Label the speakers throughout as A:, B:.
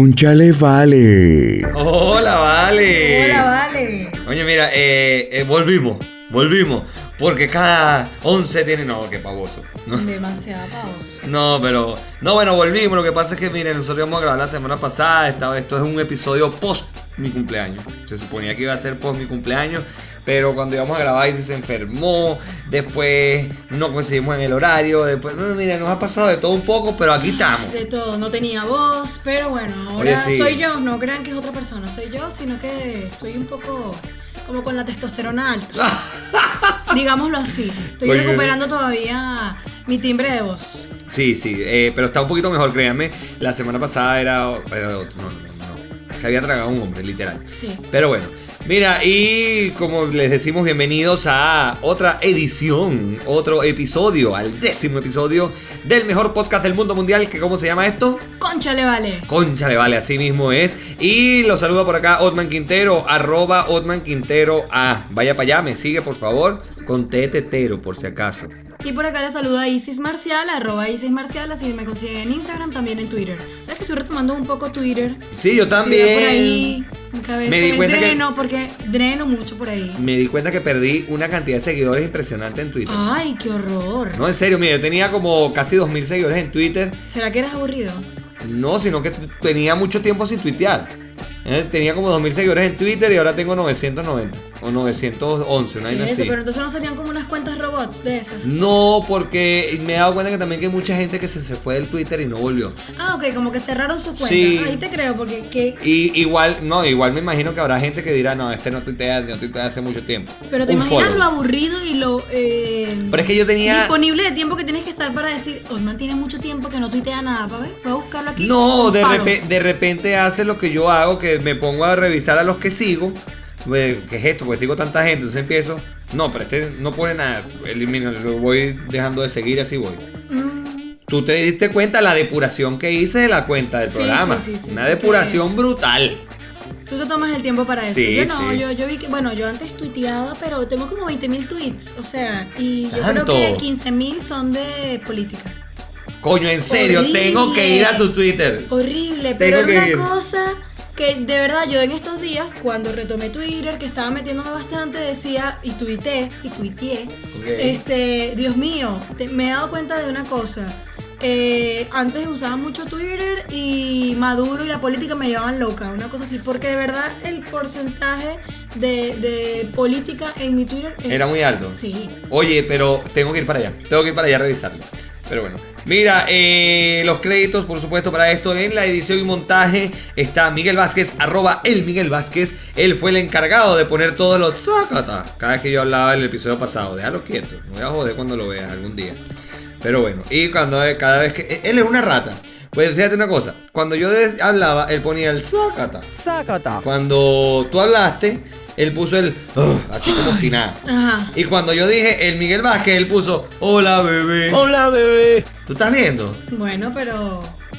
A: Conchale vale.
B: Hola, vale.
C: Hola, vale.
B: Oye, mira, eh, eh, volvimos, volvimos. Porque cada 11 tiene. No, qué pavoso. No,
C: Demasiado pavos.
B: no, pero. No, bueno, volvimos. Lo que pasa es que, miren, nosotros íbamos a grabar la semana pasada. Esta, esto es un episodio post mi cumpleaños. Se suponía que iba a ser post mi cumpleaños. Pero cuando íbamos a grabar, Isis se enfermó. Después no coincidimos en el horario. Después, no, mira, nos ha pasado de todo un poco, pero aquí estamos.
C: De todo, no tenía voz, pero bueno, ahora
B: Oye, sí.
C: soy yo. No crean que es otra persona, soy yo, sino que estoy un poco como con la testosterona alta. Digámoslo así. Estoy
B: Oye.
C: recuperando todavía mi timbre de voz.
B: Sí, sí, eh, pero está un poquito mejor, créanme. La semana pasada era, era otro. No, no, no. Se había tragado un hombre, literal.
C: Sí.
B: Pero bueno, mira, y como les decimos, bienvenidos a otra edición, otro episodio, al décimo episodio del mejor podcast del mundo mundial, que ¿cómo se llama esto?
C: Conchale, vale.
B: Concha le vale, así mismo es. Y los saluda por acá Otman Quintero, arroba Otman Quintero A. Vaya para allá, me sigue por favor, con T de tetero, por si acaso.
C: Y por acá les saluda Isis Marcial, arroba Isis Marcial, así me consiguen en Instagram, también en Twitter. ¿Sabes que estoy retomando un poco Twitter?
B: Sí, yo también.
C: Actividad por ahí, nunca a
B: Me di
C: veces
B: cuenta que-
C: dreno, porque dreno mucho por ahí.
B: Me di cuenta que perdí una cantidad de seguidores impresionante en Twitter.
C: Ay, qué horror.
B: No, en serio, mira, yo tenía como casi 2.000 seguidores en Twitter.
C: ¿Será que eres aburrido?
B: No, sino que t- tenía mucho tiempo sin tuitear. Eh, Tenía como 2.000 seguidores en Twitter y ahora tengo 990 o 911, una
C: ¿Qué
B: vaina
C: es eso?
B: así.
C: Pero entonces no serían como unas cuentas robots de esas.
B: No, porque me he dado cuenta que también que hay mucha gente que se, se fue del Twitter y no volvió.
C: Ah, ok, como que cerraron su cuenta.
B: Sí.
C: Ahí te creo, porque que...
B: Y igual, no, igual me imagino que habrá gente que dirá, no, este no tuitea, no tuitea hace mucho tiempo.
C: Pero te
B: Un
C: imaginas
B: follow.
C: lo aburrido y lo... eh,
B: Pero es que yo tenía...
C: Disponible de tiempo que tienes que estar para decir, Osman tiene mucho tiempo que no tuitea nada, pa' ver, voy a buscarlo aquí.
B: No,
C: Un
B: de,
C: faro.
B: repe- de repente hace lo que yo hago, que me pongo a revisar a los que sigo. Eh, ¿Qué es esto? Porque sigo tanta gente, entonces empiezo. No, pero este no pone nada. Elimino, lo voy dejando de seguir, así voy.
C: Mm,
B: Tú te diste cuenta la depuración que hice de la cuenta del
C: Sí,
B: programa.
C: sí, sí, sí,
B: Una
C: sí,
B: depuración brutal.
C: tú te tomas el tiempo para eso.
B: Sí,
C: yo no,
B: sí.
C: yo, yo vi que... Bueno, yo antes tuiteaba, pero tengo como 20.000 tweets, o sea, y yo
B: Tanto.
C: creo que 15.000 son de política.
B: Coño, en serio,
C: Horrible.
B: tengo que ir a tu Twitter.
C: Horrible,
B: Tengo
C: pero
B: que
C: era una
B: ir.
C: cosa que de verdad yo en estos días, cuando retomé Twitter, que estaba metiéndome bastante, decía y tuité, y tuiteé,
B: Ok.
C: este, Dios mío, te- me he dado cuenta de una cosa. Eh, antes usaba mucho Twitter y Maduro y la política me llevaban loca, una cosa así, porque de verdad el porcentaje de, de política en mi Twitter es-
B: Era muy alto.
C: Sí,
B: Oye, pero tengo que ir para allá. Tengo que ir para allá a revisarlo. Pero bueno. Mira, eh, los créditos, por supuesto, para esto en la edición y montaje está Miguel Vázquez, arroba el Miguel Vázquez. Él fue el encargado de poner todos los sácatas. Cada vez que yo hablaba en el episodio pasado, déjalo quieto. Me voy a joder cuando lo veas algún día. Pero bueno, y cuando cada vez que. eh, Él es una rata. Pues fíjate una cosa, cuando yo des- hablaba, él ponía el sácata.
D: Sácata.
B: Cuando tú hablaste, él puso el. "Ugh", así como obstinado.
C: ajá.
B: Y cuando yo dije el Miguel Vázquez, él puso, hola bebé.
D: Hola, bebé.
B: ¿Tú estás viendo?
C: Bueno, pero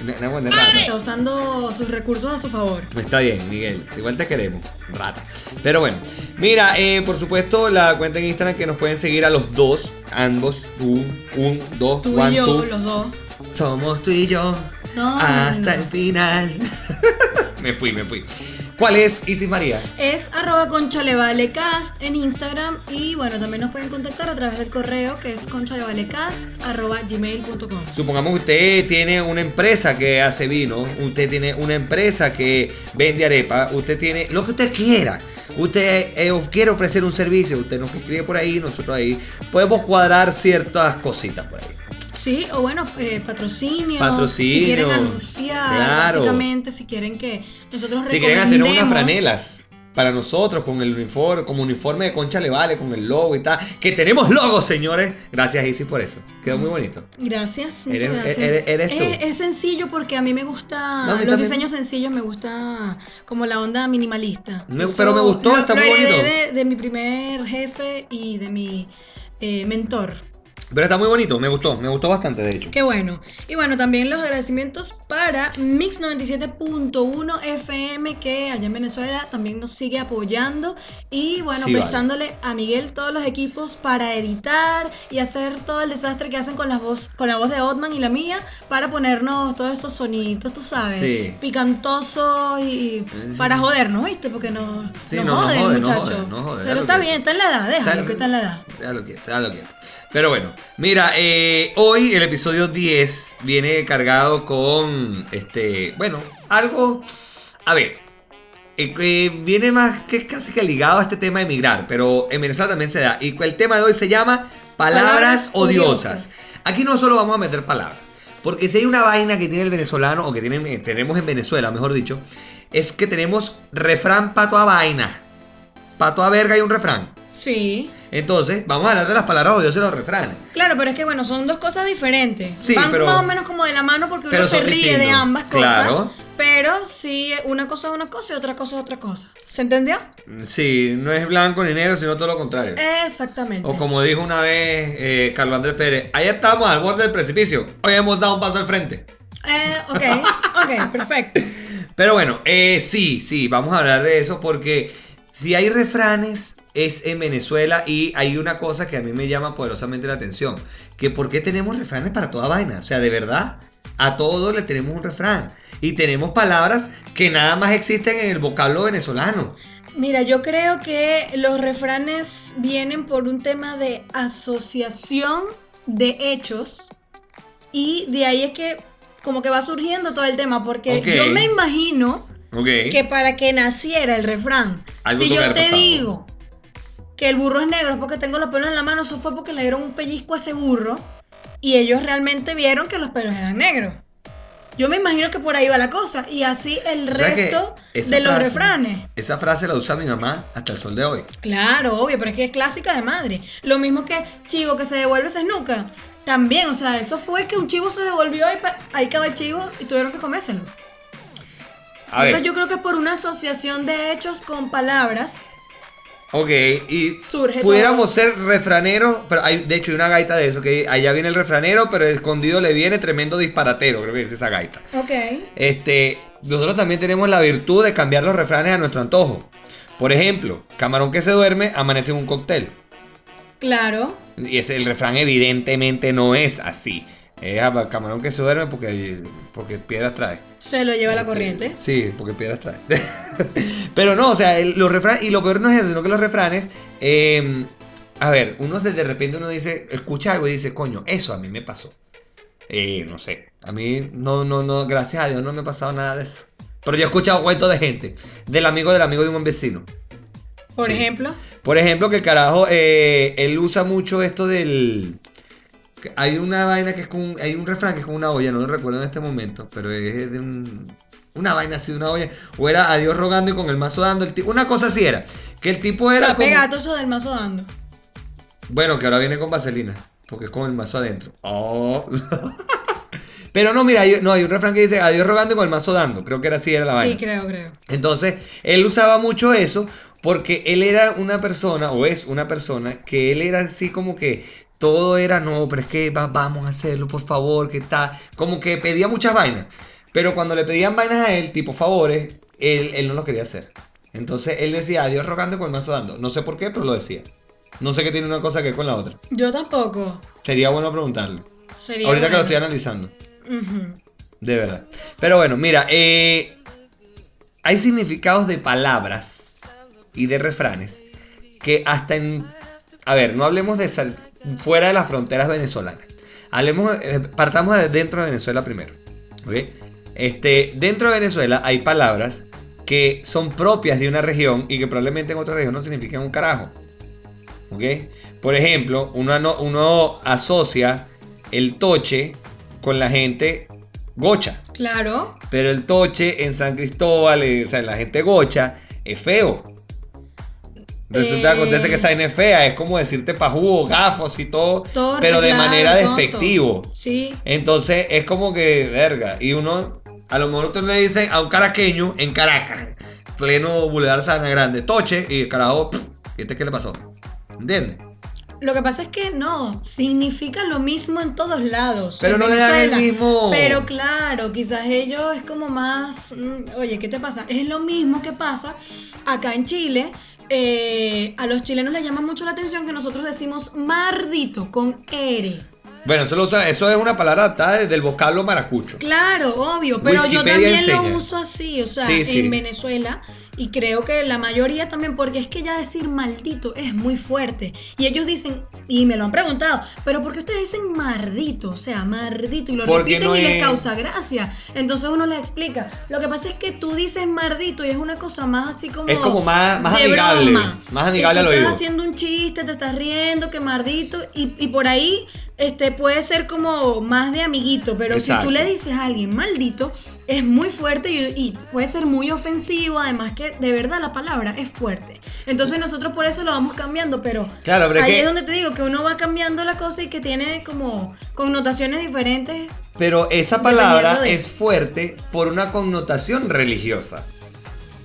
B: No, no, bueno, rata.
C: está usando sus recursos a su favor.
B: Está bien, Miguel. Igual te queremos, rata. Pero bueno, mira, eh, por supuesto, la cuenta en Instagram que nos pueden seguir a los dos, ambos, un, un, dos,
C: Tú
B: one,
C: y yo,
B: two.
C: los dos.
B: Somos tú y yo
C: No, no, no.
B: hasta el final. me fui, me fui. ¿Cuál es Isis María?
C: Es arroba conchalevalecast en Instagram y bueno, también nos pueden contactar a través del correo que es conchalevalecast arroba gmail.com.
B: Supongamos que usted tiene una empresa que hace vino, usted tiene una empresa que vende arepa, usted tiene lo que usted quiera. Usted eh, of- quiere ofrecer un servicio, usted nos escribe por ahí, nosotros ahí podemos cuadrar ciertas cositas por ahí.
C: Sí, o bueno, eh, patrocinio.
B: Patrocinio,
C: Si quieren anunciar,
B: claro.
C: básicamente, si quieren que nosotros
B: Si quieren hacer unas
C: recomendemos-
B: franelas para nosotros con el uniforme, como uniforme de Concha le vale, con el logo y tal, que tenemos logo, señores. Gracias Isis por eso. Quedó muy bonito.
C: Gracias, muchas
B: Eres-
C: gracias.
B: eres- eres tú.
C: Es, es sencillo porque a mí me gusta
B: No, a mí
C: los
B: también.
C: diseños sencillos, me gusta como la onda minimalista.
B: Me- pero me gustó,
C: lo-
B: está
C: lo
B: muy
C: heredé
B: bonito.
C: De, de mi primer jefe y de mi eh, mentor.
B: Pero está muy bonito, me gustó, me gustó bastante de hecho.
C: Qué bueno. Y bueno, también los agradecimientos para Mix 97.1 FM, que allá en Venezuela también nos sigue apoyando. Y bueno,
B: Sí, vale.
C: prestándole a Miguel todos los equipos para editar y hacer todo el desastre que hacen con, las voz, con la voz de Otman y la mía, para ponernos todos esos sonitos, tú sabes,
B: Sí.
C: picantosos y
B: Sí.
C: para jodernos, ¿viste? Porque nos,
B: Sí,
C: nos
B: no, nos
C: joden,
B: joden, nos
C: muchachos.
B: joden, nos joden,
C: Pero
B: es lo
C: está
B: que-
C: bien, está en la edad, déjalo
B: Está-
C: que está en la edad.
B: Déjalo quieto, déjalo quieto. Pero bueno, mira, eh, hoy el episodio 10 viene cargado con, este, bueno, algo, a ver, eh, eh, viene más que casi que ligado a este tema de emigrar, pero en Venezuela también se da. Y el tema de hoy se llama palabras,
C: Palabras
B: odiosas. Aquí no solo vamos a meter palabras, porque si hay una vaina que tiene el venezolano, o que tiene, eh, tenemos en Venezuela, mejor dicho, es que tenemos refrán para toda vaina. Para toda verga hay un refrán.
C: Sí.
B: Entonces, vamos a hablar de las palabras odiosas y los refranes.
C: Claro, pero es que bueno, son dos cosas diferentes.
B: Sí,
C: Van
B: pero-
C: más o menos como de la mano porque uno
B: pero
C: se
B: son
C: ríe de
B: distintos.
C: ambas cosas.
B: Claro.
C: Pero sí, una cosa es una cosa y otra cosa es otra cosa. ¿Se entendió?
B: Mm, Sí, no es blanco ni negro, sino todo lo contrario.
C: Exactamente.
B: O como dijo una vez eh, Carlos Andrés Pérez, allá estamos al borde del precipicio, hoy hemos dado un paso al frente.
C: Eh, ok, ok, perfecto.
B: Pero bueno, eh, sí, sí, vamos a hablar de eso porque si hay refranes es en Venezuela y hay una cosa que a mí me llama poderosamente la atención, que por qué tenemos refranes para toda vaina, o sea, de verdad, a todos le tenemos un refrán y tenemos palabras que nada más existen en el vocablo venezolano.
C: Mira, yo creo que los refranes vienen por un tema de asociación de hechos y de ahí es que como que va surgiendo todo el tema porque
B: Ok.
C: yo me imagino
B: Ok.
C: que para que naciera el refrán.
B: Algo
C: si
B: tuvo que
C: yo
B: haber
C: te
B: pasado.
C: digo que el burro es negro es porque tengo los pelos en la mano, eso fue porque le dieron un pellizco a ese burro y ellos realmente vieron que los pelos eran negros. Yo me imagino que por ahí va la cosa y así el
B: O sea que
C: resto
B: esa
C: de los
B: frase-
C: refranes.
B: Esa frase la usa mi mamá hasta el sol de hoy.
C: Claro, obvio, pero es que es clásica de madre. Lo mismo que chivo que se devuelve se nuca. También, o sea, eso fue que un chivo se devolvió y pa- ahí quedó el chivo y tuvieron que comérselo.
B: A
C: Entonces
B: ver,
C: yo creo que por una asociación de hechos con palabras
B: ok, y
C: surge
B: pudiéramos
C: todo.
B: ser refraneros, pero hay, de hecho hay una gaita de eso, que allá viene el refranero, pero escondido le viene tremendo disparatero, creo que dice esa gaita.
C: Ok.
B: Este, nosotros también tenemos la virtud de cambiar los refranes a nuestro antojo. Por ejemplo, camarón que se duerme amanece en un cóctel.
C: Claro.
B: Y ese, el refrán evidentemente no es así. Es "Ah, camarón que se duerme porque, porque piedras trae.
C: Se lo lleva la
B: Este,
C: corriente.
B: Sí, porque piedras trae. Pero no, o sea, el- los refranes, y lo peor no es eso, sino que los refranes, eh, a ver, uno se- de repente uno dice, escucha algo y dice, coño, eso a mí me pasó. Eh, no sé, a mí no, no, no, gracias a Dios no me ha pasado nada de eso. Pero yo he escuchado cuentos de gente, del amigo del amigo de un vecino.
C: Por
B: sí.
C: ejemplo.
B: Por ejemplo, que el carajo, eh, él usa mucho esto del... que Hay una vaina que es con... Hay un refrán que es con una olla, no lo recuerdo en este momento, pero es de un... Una vaina así, una olla. O era a Dios rogando y con el mazo dando. El ti- una cosa así era. Que el tipo era...
C: Sape
B: como-
C: gato eso del mazo dando.
B: Bueno, que ahora viene con vaselina. Porque es con el mazo adentro. Oh. pero no, mira, hay, no, hay un refrán que dice a Dios rogando y con el mazo dando. Creo que era así era la vaina.
C: Sí, creo, creo.
B: Entonces, él usaba mucho eso porque él era una persona, o es una persona, que él era así como que todo era, no, pero es que va- vamos a hacerlo, por favor, que está, como que pedía muchas vainas. Pero cuando le pedían vainas a él, tipo favores, él, él no los quería hacer. Entonces, él decía, adiós rogando con el mazo dando. No sé por qué, pero lo decía. No sé qué tiene una cosa que ver con la otra.
C: Yo tampoco.
B: Sería bueno preguntarle.
C: Sería
B: Ahorita que lo
C: bueno.
B: estoy analizando.
C: Ujú.
B: De verdad. Pero bueno, mira, eh, hay significados de palabras y de refranes que hasta en... A ver, no hablemos de sal- fuera de las fronteras venezolanas. Hablemos, eh, partamos de dentro de Venezuela primero. ¿ok? Este, dentro de Venezuela hay palabras que son propias de una región y que probablemente en otra región no significan un carajo. ¿ok? Por ejemplo, uno, no- uno asocia el toche con la gente gocha.
C: Claro.
B: Pero el toche en San Cristóbal, eh, o sea, la gente gocha, es feo. Resulta
C: Eh.
B: acontece que esta vaina es fea, es como decirte pajú o gafos y todo,
C: Torpe,
B: pero de
C: claro,
B: manera
C: tonto.
B: despectivo.
C: Sí.
B: Entonces es como que, verga, y uno, a lo mejor usted le dice a un caraqueño en Caracas, pleno Boulevard Sabana Grande, toche, y el carajo, pff, ¿y este qué le pasó? ¿Entiendes?
C: Lo que pasa es que no, significa lo mismo en todos lados.
B: Pero
C: en
B: no le dan el
C: Venezuela.
B: mismo.
C: Pero claro, quizás ellos es como más, mm, oye, ¿qué te pasa? Es lo mismo que pasa acá en Chile. eh, a los chilenos les llama mucho la atención que nosotros decimos mardito con R.
B: Bueno, eso, lo usa- eso es una palabra adaptada desde el vocablo maracucho.
C: Claro, obvio, pero yo
B: Wikipedia
C: también
B: enseña.
C: lo uso así, o sea,
B: Sí,
C: en
B: sí.
C: Venezuela. Y creo que la mayoría también, porque es que ya decir maldito es muy fuerte. Y ellos dicen, y me lo han preguntado, pero ¿por qué ustedes dicen mardito? O sea, mardito, y lo
B: Porque
C: repiten
B: no
C: y
B: es-
C: les causa gracia. Entonces uno les explica. Lo que pasa es que tú dices mardito y es una cosa más así como.
B: Es como más, más
C: de
B: amigable.
C: broma.
B: Más
C: Que
B: amigable al
C: tú
B: oído.
C: Estás haciendo un chiste, te estás riendo, que mardito, y, y por ahí este, puede ser como más de amiguito, pero
B: Exacto.
C: si tú le dices a alguien maldito, es muy fuerte y, y puede ser muy ofensivo, además que de verdad la palabra es fuerte. Entonces nosotros por eso lo vamos cambiando, pero...
B: Claro, pero es
C: Ahí
B: que-
C: es donde te digo que uno va cambiando la cosa y que tiene como connotaciones diferentes.
B: Pero esa
C: Dependiendo
B: palabra
C: de-
B: es fuerte por una connotación religiosa.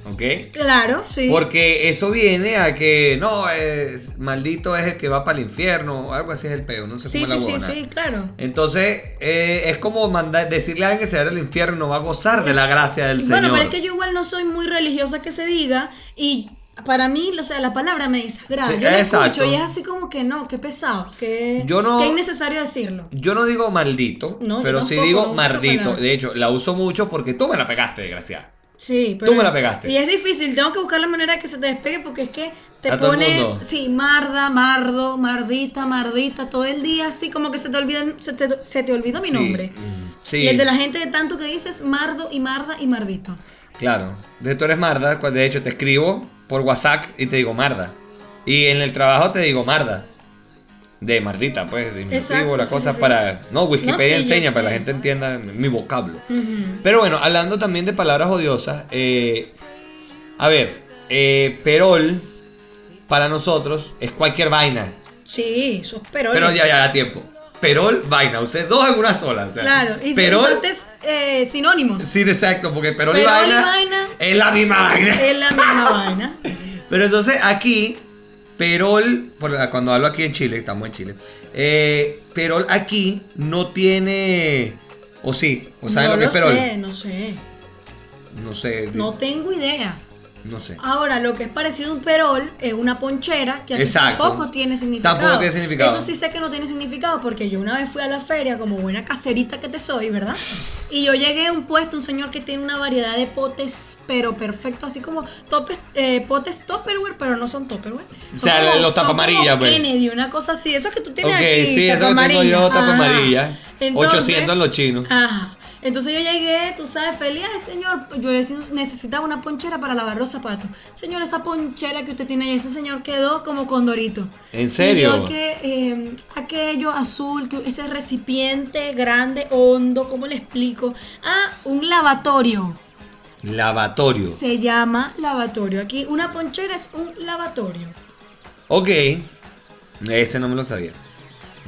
B: ¿Ok?
C: Claro, sí.
B: Porque eso viene a que no, es, maldito es el que va para el infierno, o algo así es el peo, no sé
C: sí,
B: cómo
C: sí,
B: es la
C: sí,
B: huevona.
C: sí, claro.
B: Entonces, eh, es como mandar, decirle a alguien que se va al infierno, no va a gozar de la gracia del Señor.
C: Bueno, pero es que yo igual no soy muy religiosa que se diga y para mí, o sea, la palabra me desagrada.
B: Sí,
C: yo la
B: exacto.
C: escucho y es así como que no, qué pesado, que,
B: Yo no-
C: que es necesario decirlo.
B: Yo no digo maldito,
C: No, yo
B: pero sí
C: tampoco,
B: digo
C: no uso
B: maldito.
C: palabra.
B: De hecho, la uso mucho porque tú me la pegaste, desgraciada.
C: Sí, pero...
B: Tú me la pegaste.
C: Y es difícil, tengo que buscar la manera de que se te despegue porque es que te
B: A todo el
C: pone,
B: mundo.
C: sí, marda, mardo, mardita, mardita, todo el día así como que se te olvida, se te, se te olvidó mi
B: Sí,
C: nombre.
B: mm, Sí.
C: Y el de la gente de tanto que dices, mardo y marda y mardito.
B: Claro. De tú eres Marda, cu- de hecho te escribo por WhatsApp y te digo Marda. Y en el trabajo te digo Marda. De Mardita, pues, diminutivo,
C: Exacto,
B: la
C: sí,
B: cosa
C: sí, sí.
B: para. No, Wikipedia
C: No, sí, yo
B: enseña para que la
C: sé.
B: gente entienda mi vocablo.
C: Ujú.
B: Pero bueno, hablando también de palabras odiosas, eh, a ver, eh, perol para nosotros es cualquier vaina.
C: Sí, eso es pero...
B: Pero ya, ya da tiempo. Perol, vaina. Usted dos en una sola. o sea,
C: Claro, y si
B: perol.
C: usaste eh, sinónimos.
B: Sí, exacto, porque perol, y
C: Perol y
B: vaina,
C: vaina.
B: es la misma vaina.
C: Es la misma vaina.
B: Pero entonces aquí, perol, por la- cuando hablo aquí en Chile, estamos en Chile, eh, perol aquí no tiene. O sí, o saben
C: no
B: lo que es perol.
C: sé, no sé.
B: No sé.
C: No Ah, tengo idea.
B: no sé.
C: Ahora, lo que es parecido a un perol es una ponchera que aquí
B: Exacto.
C: tampoco tiene significado.
B: Tampoco tiene significado.
C: Eso sí sé que no tiene significado porque yo una vez fui a la feria como buena caserita que te soy, ¿verdad? Y yo llegué a un puesto, un señor que tiene una variedad de potes, pero perfecto, así como topes, eh, potes Tupperware, pero no son Tupperware.
B: O sea, los tapa amarilla, pues.
C: pues. Kennedy, una cosa así. Eso que tú tienes
B: Ok,
C: aquí.
B: sí,
C: tapa
B: eso lo tengo yo, tapa
C: Ajá.
B: amarilla.
C: Ah, Entonces- ah,
B: 800 en los chinos.
C: Ajá. Entonces yo llegué, tú sabes, feliz, ay señor, pues yo dec- necesitaba una ponchera para lavar los zapatos. Señor, esa ponchera que usted tiene ahí, ese señor quedó como condorito.
B: ¿En
C: Y
B: serio?
C: yo que eh, aquello azul, que ese recipiente grande, hondo, ¿cómo le explico? Ah, un lavatorio.
B: Lavatorio.
C: Se llama lavatorio. Aquí una ponchera es un lavatorio.
B: Ok. Ese no me lo sabía.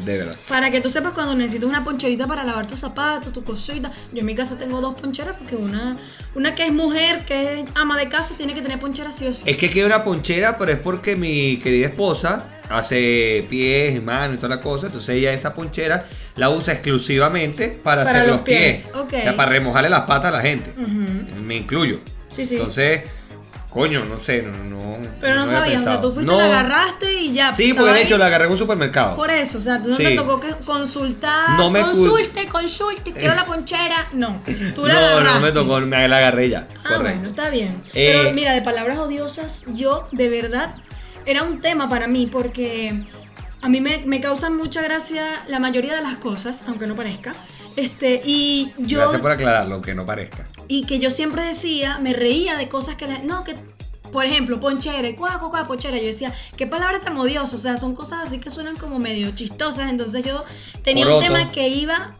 B: De verdad.
C: Para que tú sepas cuando necesitas una poncherita para lavar tus zapatos, tu cosita. Yo en mi casa tengo dos poncheras porque una, una que es mujer, que es ama de casa, tiene que tener ponchera sí o sí.
B: Es que queda una ponchera, pero es porque mi querida esposa hace pies y manos y toda la cosa. Entonces ella esa ponchera la usa exclusivamente para,
C: Para
B: hacer los
C: los
B: pies.
C: pies, ok.
B: O sea, para remojarle las patas a la gente.
C: Ujú.
B: Me incluyo.
C: Sí, sí.
B: Entonces, coño, no sé, no, no.
C: Pero no,
B: había
C: sabías, o sea,
B: pensado.
C: tú fuiste,
B: No.
C: la agarraste y ya.
B: Sí,
C: estaba
B: porque de hecho
C: ahí.
B: la agarré en un supermercado.
C: Por eso, o sea, tú no
B: Sí.
C: te tocó que consultar.
B: No me cu-
C: consulte, consulte, quiero la ponchera. No, tú la
B: no,
C: agarraste.
B: no me tocó, me la agarré ya.
C: Ah, bueno,
B: correcto.
C: está bien.
B: Eh,
C: Pero mira, de palabras odiosas, yo de verdad era un tema para mí porque a mí me, me causan mucha gracia la mayoría de las cosas, aunque no parezca. Este, y yo
B: Gracias por aclararlo, que no parezca.
C: y que yo siempre decía, me reía de cosas que la- no que por ejemplo, ponchera, y cuaco, cuaco, ponchera. Yo decía, qué palabra tan odiosa. O sea, son cosas así que suenan como medio chistosas. Entonces yo tenía
B: Coroto.
C: un tema que iba.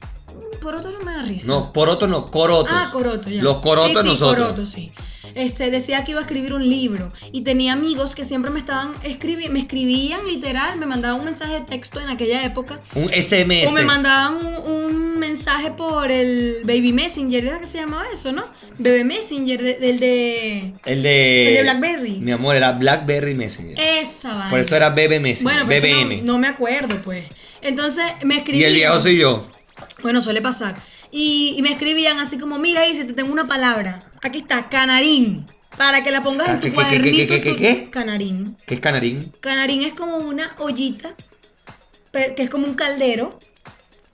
C: Por otro no me da risa.
B: No, porotos no, corotos.
C: Ah, coroto, ya.
B: Los corotos
C: sí, sí,
B: nosotros.
C: Coroto, sí. Este, decía que iba a escribir un libro y tenía amigos que siempre me estaban escribi me escribían literal, me mandaban un mensaje de texto en aquella época
B: Un SMS.
C: o me mandaban un, un mensaje por el Baby Messenger, era que se llamaba eso, ¿no? Bebé Messenger, de- del de.
B: El de.
C: el de Blackberry.
B: Eh, Mi amor, era Blackberry Messenger.
C: Esa vaina.
B: Por eso era BB Messenger.
C: Eh, Bueno, pero es que
B: BBM.
C: No, no me acuerdo, pues. Entonces me escribían.
B: y el viejo soy yo.
C: Bueno, suele pasar. Y, y me escribían así como: Mira, Isi, te tengo una palabra. Aquí está, canarín. Para que la pongas
B: Ah,
C: en tu
B: ¿qué, qué, qué, qué,
C: cuadernito.
B: qué, qué,
C: tu-
B: qué?
C: Canarín.
B: ¿Qué es canarín?
C: Canarín es como una ollita. pe- Que es como un caldero.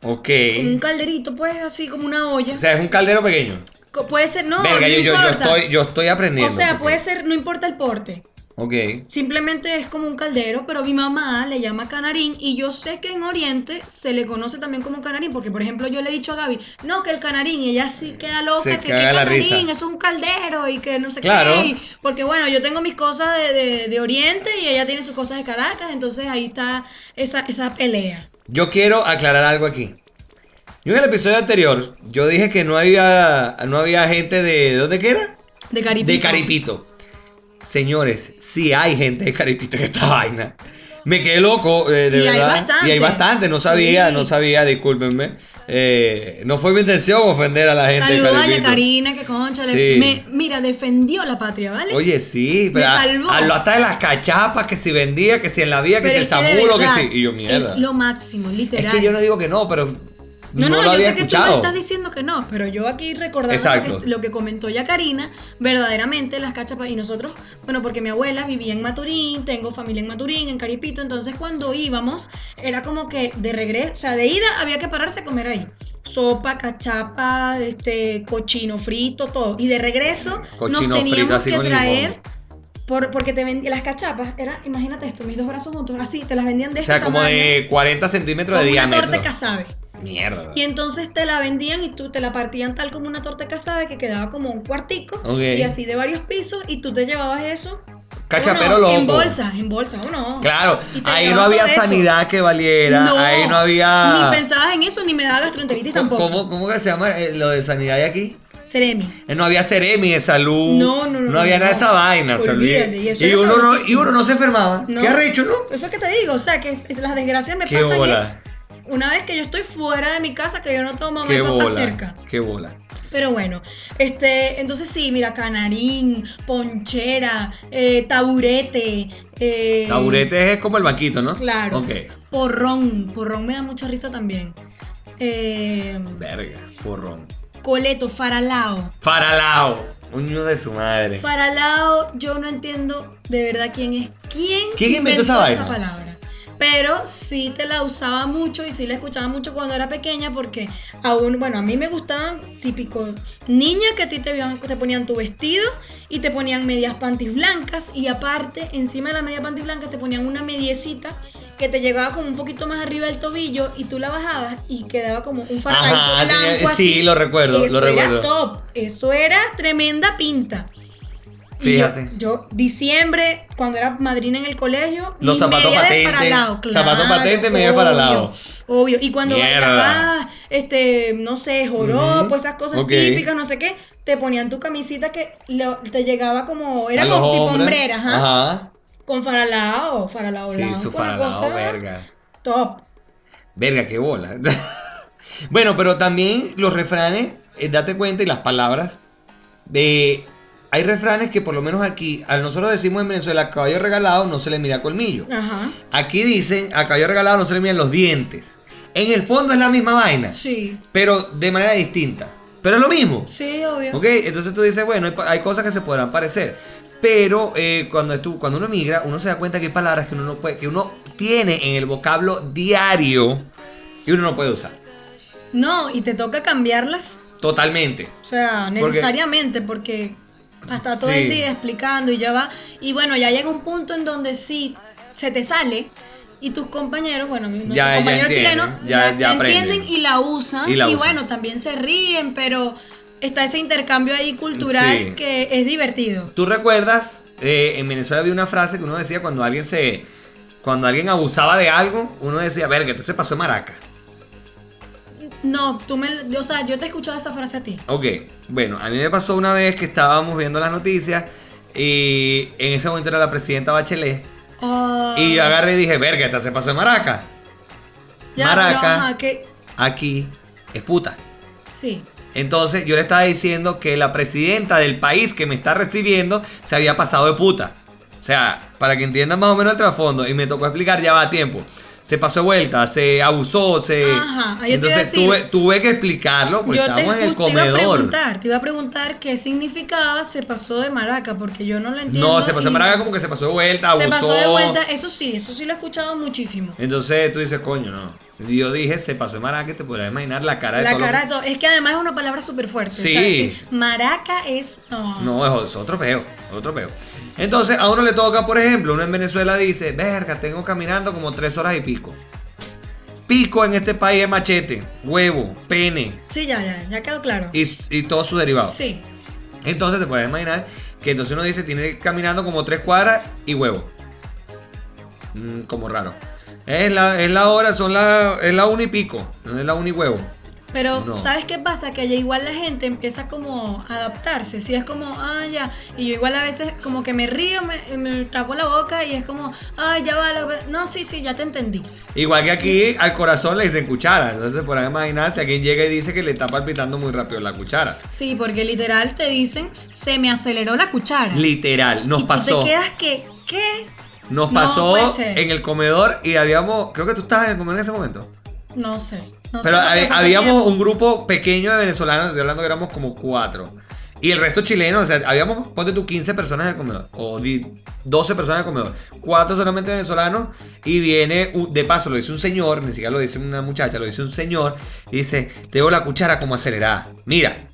B: Ok.
C: Como un calderito, pues, así como una olla.
B: O sea, es un caldero pequeño.
C: Co- puede ser, no,
B: Verga,
C: no
B: yo, yo, yo
C: importa.
B: estoy, yo estoy
C: o
B: aprendiendo.
C: sea, pues-
B: ok.
C: puede ser, no importa el porte.
B: Ok.
C: Simplemente es como un caldero, pero mi mamá le llama canarín y yo sé que en Oriente se le conoce también como canarín, porque por ejemplo yo le he dicho a Gaby, no, que el canarín, y ella sí queda loca,
B: Se
C: que
B: caga
C: qué
B: la
C: canarín,
B: risa.
C: eso es un caldero y que no sé
B: Claro.
C: qué. y- porque bueno, yo tengo mis cosas de, de- de Oriente y ella tiene sus cosas de Caracas, entonces ahí está esa, esa pelea.
B: Yo quiero aclarar algo aquí. Yo en el episodio anterior, yo dije que no había, no había gente de... ¿de ¿Dónde que era?
C: De Caripito.
B: De Caripito. Señores, sí hay gente de Caripito en esta vaina. Me quedé loco, eh, de
C: Y hay
B: verdad.
C: bastante.
B: Y hay bastante, no sabía,
C: Sí.
B: no sabía, discúlpenme. Eh, no fue mi intención ofender a la gente
C: Saludos a
B: de Caripito.
C: Yacarina, que concha,
B: Sí.
C: me, mira, defendió la patria, ¿vale?
B: Oye, sí,
C: Me
B: pero a-
C: salvó.
B: a lo hasta de las cachapas, que si vendía, que si en la vía, que
C: Pero
B: si el
C: es que de
B: samuro, que
C: verdad
B: si. Y yo, mierda.
C: Es lo máximo, literal.
B: Es que yo no digo que no, pero no,
C: No, no,
B: lo
C: yo
B: había
C: sé que tú me
B: escuchado.
C: estás diciendo que no, pero yo aquí recordando
B: Exacto.
C: lo que, lo que comentó ya Karina, verdaderamente las cachapas y nosotros, bueno, porque mi abuela vivía en Maturín, tengo familia en Maturín, en Caripito, entonces cuando íbamos era como que de regreso, o sea, de ida había que pararse a comer ahí. Sopa, cachapa, este, cochino frito, todo. Y de regreso
B: Cochino
C: nos
B: frito,
C: teníamos
B: así
C: que
B: con limón.
C: traer, por, porque te vendían las cachapas, era, imagínate esto, mis dos brazos juntos, así, te las vendían de
B: o sea,
C: este
B: como
C: tamaño,
B: de 40 centímetros de
C: como una
B: diámetro.
C: torta de casabe.
B: Mierda.
C: Y entonces te la vendían y tú te la partían tal como una torta casabe que quedaba como un cuartico
B: Ok.
C: y así de varios pisos y tú te llevabas eso.
B: Cachapero
C: ¿o no?
B: loco.
C: En bolsas, en bolsas, ¿o no?
B: Claro,
C: Y te
B: ahí no
C: llevabas
B: había
C: todo eso.
B: sanidad que valiera, ahí no había...
C: Ni pensabas en eso, ni me daba gastroenteritis
B: ¿Cómo-
C: tampoco.
B: ¿Cómo, cómo que se llama eh, lo de sanidad de aquí?
C: Seremi.
B: Eh, No había Ceremi de salud.
C: No, no, no,
B: No había
C: no.
B: nada de esta vaina. se
C: Olvídate,
B: olvida.
C: y eso era
B: uno no, y
C: sabrosísimo.
B: uno no se enfermaba.
C: No.
B: ¿Qué arrecho, no?
C: Eso que te digo, o sea, que es- es- las desgracias me
B: Qué
C: pasan
B: bola.
C: es una vez que yo estoy fuera de mi casa, que yo no tengo mamá
B: Qué
C: y papá
B: bola.
C: cerca.
B: Qué bola.
C: Pero bueno, este, entonces sí, mira, canarín, ponchera, eh, taburete, eh,
B: Taburete es como el banquito, ¿no?
C: Claro.
B: Ok.
C: Porrón, porrón me da mucha risa también. Eh,
B: Verga, porrón.
C: coleto, faralao.
B: Faralao. Uño de su madre.
C: Faralao, yo no entiendo de verdad quién es. ¿Quién,
B: ¿Quién inventó esa vaina?
C: palabra? Pero sí te la usaba mucho y sí la escuchaba mucho cuando era pequeña porque aún, bueno, a mí me gustaban típico niña que a ti te, veían- te ponían tu vestido y te ponían medias panties blancas y aparte encima de la media panty blanca te ponían una mediecita que te llegaba como un poquito más arriba del tobillo y tú la bajabas y quedaba como un fardadito
B: Ajá,
C: blanco
B: tenía-
C: así.
B: sí, lo recuerdo,
C: Eso
B: lo recuerdo.
C: era top, eso era tremenda pinta. Y yo-
B: Fíjate.
C: Yo, diciembre, cuando era madrina en el colegio,
B: Los
C: mi
B: zapatos
C: media de
B: patente,
C: faralao, claro,
B: zapatos patente, media
C: obvio,
B: faralao.
C: Obvio, y cuando
B: Mierda.
C: bailabas, este, no sé, joropo,
B: Ujú,
C: esas cosas
B: ok.
C: típicas, no sé qué, te ponían tu camisita que lo- te llegaba como, era
B: A los
C: como tipo
B: hombres.
C: hombrera, ajá,
B: Ajá.
C: con faralao, faralao
B: Sí,
C: blanco,
B: su
C: una
B: faralao,
C: cosa
B: verga.
C: top.
B: Verga, qué bola. bueno, pero también los refranes, eh, date cuenta, y las palabras. De, hay refranes que por lo menos aquí, a nosotros decimos en Venezuela, caballo regalado no se le mira colmillo.
C: Ajá,
B: Aquí dicen, a caballo regalado no se le miran los dientes. En el fondo es la misma vaina,
C: sí,
B: pero de manera distinta. Pero es lo mismo.
C: sí, obvio.
B: ¿Ok? Entonces tú dices, bueno, hay, pa- hay cosas que se podrán parecer. Pero eh, cuando, estu- cuando uno migra, uno se da cuenta que hay palabras que uno, no puede, que uno tiene en el vocablo diario y uno no puede usar.
C: No, y te toca cambiarlas
B: Totalmente.
C: O sea,
B: Porque-
C: necesariamente, porque, hasta todo el
B: Sí.
C: día explicando y ya va. Y bueno, ya llega un punto en donde sí se te sale y tus compañeros, bueno, mis nuestros
B: Ya- ya
C: compañeros
B: entienden,
C: chilenos,
B: ya-
C: la-
B: ya
C: la
B: aprenden.
C: entienden y la usan.
B: Y
C: Y,
B: la usan.
C: bueno, también se ríen, pero está ese intercambio ahí cultural
B: Sí.
C: que es divertido.
B: ¿Tú recuerdas? eh, en Venezuela había una frase que uno decía cuando alguien se. Cuando alguien abusaba de algo, uno decía, verga, este se pasó de maraca.
C: No, tú me, o sea, yo te he escuchado esa frase a ti.
B: Ok, bueno, a mí me pasó una vez que estábamos viendo las noticias y en ese momento era la presidenta Bachelet.
C: Ah,
B: Y yo agarré y dije, verga, esta se pasó de maraca.
C: ya, pero
B: maraca.
C: ajá, que-
B: Aquí es puta.
C: sí.
B: Entonces yo le estaba diciendo que la presidenta del país que me está recibiendo se había pasado de puta. O sea, para que entiendan más o menos el trasfondo, y me tocó explicar, ya va a tiempo. Se pasó de vuelta, se abusó, se.
C: Ajá, yo te iba a
B: Entonces
C: decir-
B: tuve, tuve que explicarlo porque
C: yo te,
B: estábamos en el
C: justo iba a
B: comedor.
C: preguntar, te iba a preguntar qué significaba se pasó de maraca, porque yo no lo entiendo.
B: No, se pasó
C: y-
B: de maraca como que se pasó de vuelta,
C: Se
B: abusó.
C: pasó de vuelta, eso sí, eso sí lo he escuchado muchísimo.
B: Entonces tú dices, coño, no. Y Yo dije, se pasó de maraca, y te podrás imaginar la cara de
C: La
B: todo lo-
C: cara de todo. Es que además es una palabra súper fuerte.
B: Sí.
C: o sea, decir maraca es. No.
B: No, es otro peo, otro peo. Entonces, a uno le toca, por ejemplo, uno en Venezuela dice, verga, tengo caminando como tres horas y pico. Pico en este país es machete, huevo, pene
C: Sí, ya, ya, ya quedó claro.
B: y, y todos sus derivados.
C: Sí.
B: Entonces te puedes imaginar que entonces uno dice, tiene caminando como tres cuadras y huevo. Mm, como raro. Es la, es la hora, son la, es la una y pico, no es la una y huevo.
C: Pero,
B: No.
C: ¿sabes qué pasa? Que ya igual la gente empieza como a adaptarse. Si es como, ah, ya. Y yo igual a veces como que me río, me, me tapo la boca y es como, ay, ya va. la- No, sí, sí, ya te entendí.
B: Igual que aquí al corazón le dicen cuchara. Entonces por ahí imaginar si alguien llega y dice que le está palpitando muy rápido la cuchara.
C: Sí, porque literal te dicen, se me aceleró la cuchara.
B: Literal,
C: Y
B: nos
C: tú
B: pasó.
C: te quedas que, ¿qué?
B: Nos
C: No
B: pasó
C: puede ser.
B: en el comedor y habíamos, creo que tú estabas en el comedor en ese momento.
C: No sé. No
B: Pero
C: sé por qué,
B: hab-
C: porque
B: habíamos
C: tiempo.
B: un grupo pequeño de venezolanos, estoy hablando que éramos como cuatro. Y el resto chilenos, o sea, habíamos, ponte tú 15 personas en el comedor, o di- 12 personas en el comedor, cuatro solamente venezolanos, y viene, un- de paso, lo dice un señor, ni siquiera lo dice una muchacha, lo dice un señor, y dice, te veo la cuchara como acelerada. Mira,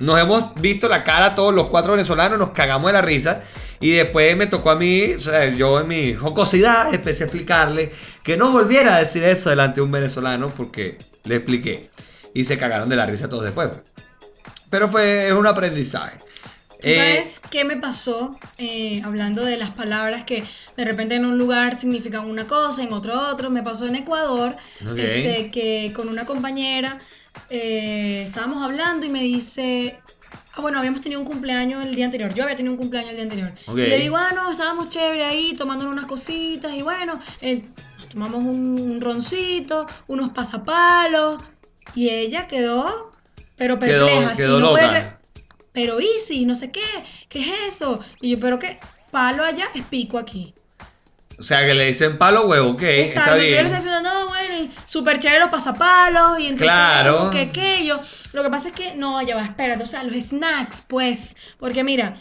B: nos hemos visto la cara todos los cuatro venezolanos, nos cagamos de la risa. Y después me tocó a mí, o sea, yo en mi jocosidad empecé a explicarle que no volviera a decir eso delante de un venezolano porque le expliqué. Y se cagaron de la risa todos después. Pero fue es un aprendizaje.
C: ¿Tú
B: Eh,
C: sabes qué me pasó eh, hablando de las palabras que de repente en un lugar significan una cosa, en otro otro? Me pasó en Ecuador,
B: Ok.
C: este, que con una compañera eh, estábamos hablando y me dice, ah, bueno, habíamos tenido un cumpleaños el día anterior, yo había tenido un cumpleaños el día anterior.
B: Ok.
C: Y le digo, ah, no, estábamos chévere ahí tomándonos unas cositas y bueno, eh, nos tomamos un, un roncito, unos pasapalos y ella quedó, pero
B: Quedó-
C: perpleja, así,
B: quedó
C: no puede
B: loca.
C: cre- pero Easy, no sé qué, ¿qué es eso? Y yo, pero qué, palo allá es pico aquí.
B: o sea, que le dicen palo huevo, ok, Eh, está
C: Exacto, y yo le
B: bien.
C: estoy diciendo, no, bueno, y súper chévere los pasapalos, y entonces,
B: Claro.
C: como que qué, yo, lo que pasa es que, no, ya va, espérate, o sea, los snacks, pues, porque mira,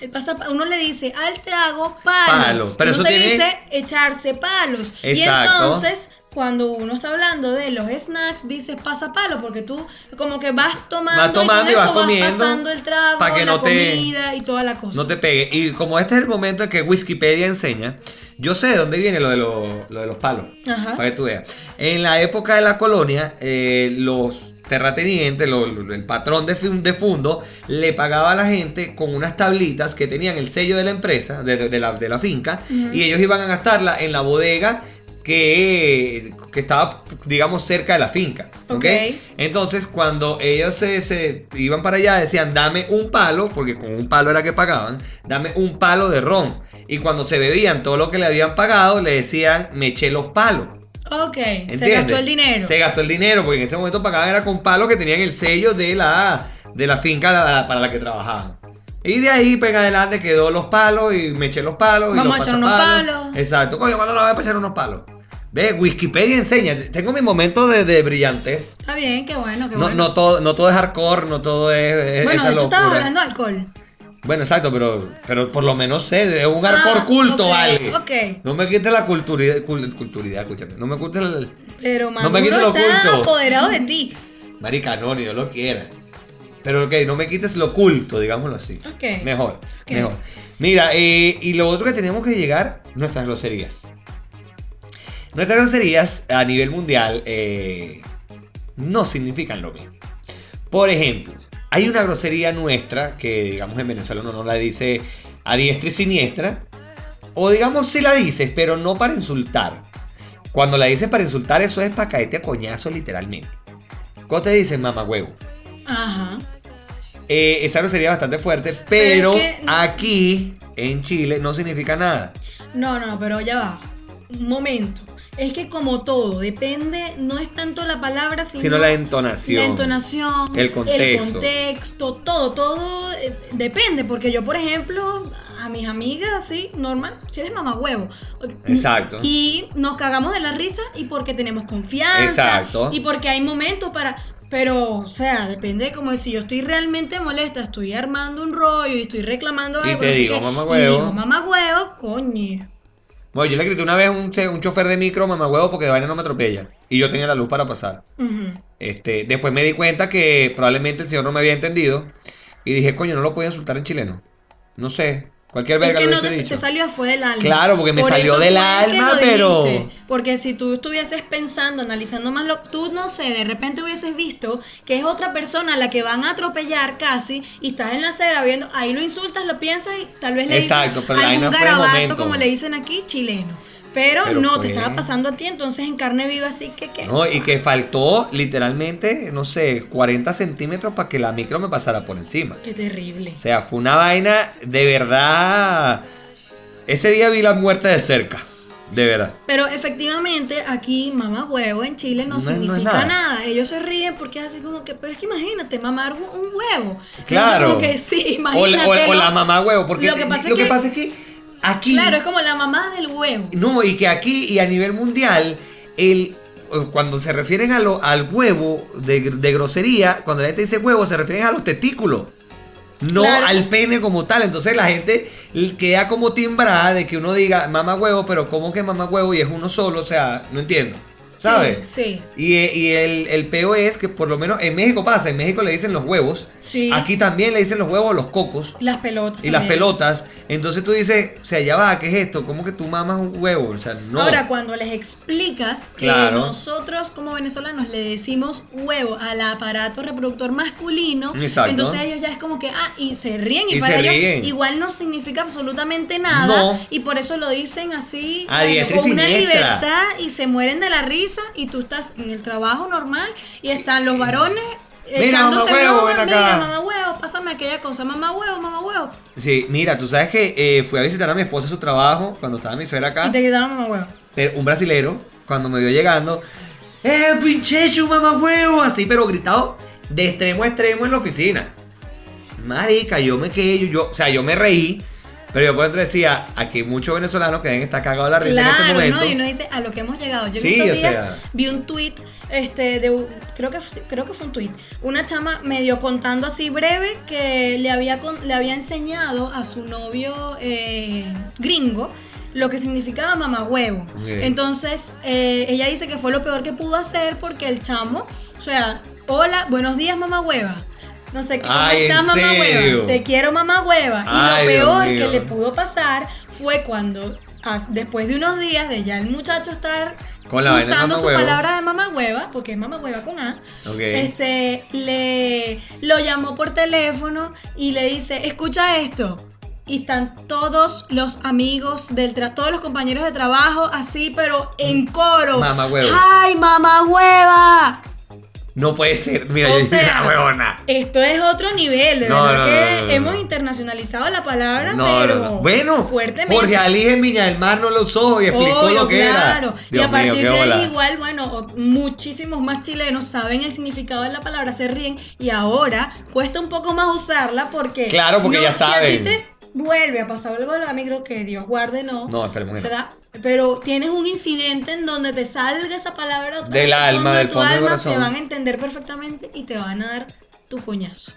C: el pasapa- uno le dice al trago palo,
B: Palo, pero
C: uno
B: eso
C: te
B: tiene-
C: dice echarse palos,
B: Exacto.
C: y entonces... Cuando uno está hablando de los snacks, dices pasapalo, porque tú como que vas tomando,
B: Vas tomando y
C: con
B: vas
C: eso
B: comiendo
C: pasando el trago,
B: pa' que
C: la
B: no te-
C: comida y toda la cosa.
B: No te pegue. Y como este es el momento en que Wikipedia enseña, yo sé de dónde viene lo de, los- lo de los palos.
C: Ajá.
B: Para que tú veas. En la época de la colonia, eh, los terratenientes, lo- lo- el patrón de, fun- de fundo, le pagaba a la gente con unas tablitas que tenían el sello de la empresa, de, de- de la, de la finca,
C: Ujú.
B: y ellos iban a gastarla en la bodega que, que estaba, digamos, cerca de la finca. ¿ok?
C: Ok.
B: Entonces, cuando ellos se, se iban para allá, decían, dame un palo, porque con un palo era que pagaban, dame un palo de ron. Y cuando se bebían todo lo que le habían pagado, le decían, me eché los palos.
C: Ok, se
B: ¿Entiendes?
C: gastó el dinero.
B: Se gastó el dinero, porque en ese momento pagaban era con palos que tenían el sello de la, de la finca la- para la que trabajaban. Y de ahí, pega adelante, quedó los palos y me eché los palos. y
C: Vamos
B: los
C: a echar unos
B: pasapalos.
C: palos.
B: Exacto. Coño, ¿cuándo lo voy a echar unos palos? Ve, Wikipedia enseña. Tengo mi momento de, de brillantez.
C: Está bien, qué bueno, qué
B: No,
C: bueno.
B: no, todo, no todo es hardcore, no todo es. es-
C: bueno,
B: E-, esa
C: de hecho estabas
B: locura.
C: hablando de alcohol.
B: Bueno, exacto, pero, pero por lo menos sé, es un
C: Ah,
B: hardcore culto,
C: ok,
B: vale.
C: Ok,
B: No me quites la culturidad, cul- culturidad, escúchame. No me quites el,
C: pero Maduro
B: quites lo
C: está
B: culto.
C: apoderado de ti.
B: Marica, no, ni Dios lo quiera. Pero ok, no me quites lo oculto, digámoslo así.
C: Ok.
B: Mejor,
C: Ok.
B: mejor. Mira, eh, y lo otro que tenemos que llegar, nuestras groserías. Nuestras groserías a nivel mundial eh, no significan lo mismo. Por ejemplo, hay una grosería nuestra que, digamos, en Venezuela uno no la dice a diestra y siniestra. O digamos, sí la dices, pero no para insultar. Cuando la dices para insultar, eso es para caerte a coñazo, literalmente. Cuando te dicen mamá huevo,
C: Ajá.
B: eh, esa grosería es bastante fuerte, pero
C: Pero es que-
B: aquí en Chile no significa nada.
C: No, no, pero ya va. Un momento. Es que como todo, depende, no es tanto la palabra, sino,
B: sino la entonación.
C: la entonación,
B: El contexto.
C: contexto, todo, todo eh, depende, porque yo, por ejemplo, a mis amigas, sí, normal, si eres mamá huevo.
B: Exacto.
C: Y nos cagamos de la risa y porque tenemos confianza.
B: Exacto.
C: Y porque hay momentos para... Pero, o sea, depende de como si yo estoy realmente molesta, estoy armando un rollo y estoy reclamando
B: Y
C: algo,
B: te
C: no sé
B: digo,
C: qué,
B: "Mamá
C: y
B: huevo".
C: digo, mamá huevo, coño.
B: Bueno, yo le grité una vez a un, che- un chofer de micro, mamá huevo, porque de vaina no me atropella. Y yo tenía la luz para pasar.
C: Ujú.
B: Este, después me di cuenta que probablemente el señor no me había entendido. Y dije, coño, no lo puedo insultar en chileno. No sé. Cualquier
C: Es
B: verga
C: que
B: lo
C: no
B: hubiese
C: te,
B: dicho.
C: te salió afuera del alma.
B: Claro, porque me salió
C: eso
B: del
C: fue que
B: alma,
C: lo
B: pero-
C: dijiste, Porque si tú estuvieses pensando, analizando más lo tú no sé, de repente hubieses visto que es otra persona a la que van a atropellar casi y estás en la acera viendo, ahí lo insultas, lo piensas y tal vez le
B: Exacto,
C: dices
B: pero la
C: algún
B: vaina fue de
C: garabato,
B: momento.
C: como le dicen aquí, chileno. Pero,
B: Pero
C: no,
B: fue-
C: te estaba pasando a ti, entonces en carne viva, así que qué.
B: No, y que faltó literalmente, no sé, 40 centímetros para que la micro me pasara por encima.
C: Qué terrible.
B: O sea, fue una vaina de verdad. Ese día vi la muerte de cerca. De verdad.
C: Pero efectivamente aquí mamá huevo en Chile no,
B: No es- no es
C: significa
B: nada.
C: nada. Ellos se ríen porque es así como que, pero es que imagínate, mamar hu- un huevo.
B: Claro.
C: Entonces, Como que sí,
B: O la,
C: imagínate.
B: o- o
C: ¿no?
B: la mamá huevo, porque
C: Lo que pasa es que-
B: pasa es que aquí.
C: Claro, es como la mamá del huevo.
B: No, y que aquí y a nivel mundial, el, eh, cuando se refieren a lo- al huevo de, gr- de grosería, cuando la gente dice huevo, se refieren a los testículos. No
C: Claro.
B: al pene como tal. Entonces la gente l- queda como timbrada de que uno diga mamá huevo, pero ¿cómo que mamá huevo y es uno solo? O sea, no entiendo. ¿Sabes?
C: Sí,
B: Y, eh, y el, el peo es que por lo menos en México pasa, en México le dicen los huevos,
C: sí. sí.
B: aquí también le dicen los huevos a los cocos
C: Las pelotas.
B: y las
C: también.
B: pelotas. Entonces tú dices, o sea, ya va, ¿qué es esto? ¿Cómo que tú mamas un huevo? O sea, no.
C: Ahora, cuando les explicas
B: Claro.
C: que nosotros como venezolanos le decimos huevo al aparato reproductor masculino,
B: Exacto.
C: entonces ellos ya es como que, ah, y se ríen. Y,
B: Y
C: para
B: se
C: ellos
B: ríen.
C: igual no significa absolutamente nada.
B: No.
C: Y por eso lo dicen así,
B: A diestra y
C: con una
B: siniestra.
C: libertad y se mueren de la risa y tú estás en el trabajo normal y están los varones.
B: Mira,
C: Echándose
B: mamá huevo,
C: broma,
B: ven
C: mira,
B: acá".
C: mamá huevo, pásame aquella cosa, mamá huevo, mamá huevo.
B: Sí, mira, tú sabes que eh, fui a visitar a mi esposa a su trabajo cuando estaba mi suegra acá.
C: Y te quitaron mamá huevo.
B: Pero un brasilero, cuando me vio llegando, ¡eh, pinche mamá huevo! Así, pero gritado de extremo a extremo en la oficina. Marica, yo me quedé, yo, yo- o sea, yo me reí, pero yo por dentro decía, aquí hay muchos venezolanos que deben estar cagados de la risa en este
C: Claro,
B: momento.
C: ¿no? Y uno dice a lo que hemos llegado. Yo en
B: Sí,
C: estos
B: o
C: días
B: sea.
C: vi un tweet, este, de un- creo que fu- creo que fue un tweet. Una chama medio contando así breve que le había con- le había enseñado a su novio eh, gringo lo que significaba mamá huevo.
B: Ok.
C: Entonces, eh, ella dice que fue lo peor que pudo hacer porque el chamo, o sea, hola, buenos días mamá hueva. No sé qué, ¿cómo
B: Ay,
C: estás,
B: ¿en
C: mamá
B: serio?
C: hueva? Te quiero mamá hueva. Y
B: Ay,
C: lo
B: Dios
C: peor
B: mío.
C: que le pudo pasar fue cuando, as- después de unos días de ya el muchacho estar
B: Con la vaina de
C: usando
B: mamá
C: su
B: huevo.
C: palabra de mamá hueva, porque es mamá hueva con A,
B: Ok.
C: este, le lo llamó por teléfono y le dice, escucha esto. Y están todos los amigos del tra- todos los compañeros de trabajo así, pero
B: Mm.
C: ah, en coro.
B: Mamá huevo.
C: ¡Ay, mamá hueva!
B: No puede ser. Mira,
C: O
B: yo dije,
C: sea,
B: "Ah, huevona.
C: Esto es otro nivel, de
B: No,
C: verdad
B: no,
C: que
B: no, no, no.
C: hemos internacionalizado la palabra,
B: No, no,
C: pero
B: no. Bueno,
C: fuertemente.
B: Jorge Ali en Viña del Mar no lo usó y explicó
C: Obvio,
B: lo que
C: claro.
B: era.
C: y a partir
B: qué
C: de
B: bola.
C: ahí, igual, bueno, o- muchísimos más chilenos saben el significado de la palabra, se ríen y ahora cuesta un poco más usarla porque.
B: Claro, porque ya
C: si a ti
B: saben.
C: te vuelve a pasar algo de la micro, que Dios guarde, no.
B: No, esperemos que no.
C: ¿Verdad? Pero tienes un incidente en donde te salga esa palabra otra vez
B: Del alma,
C: fondo de
B: del
C: tu
B: fondo del
C: alma,
B: corazón.
C: Te van a entender perfectamente y te van a dar tu coñazo.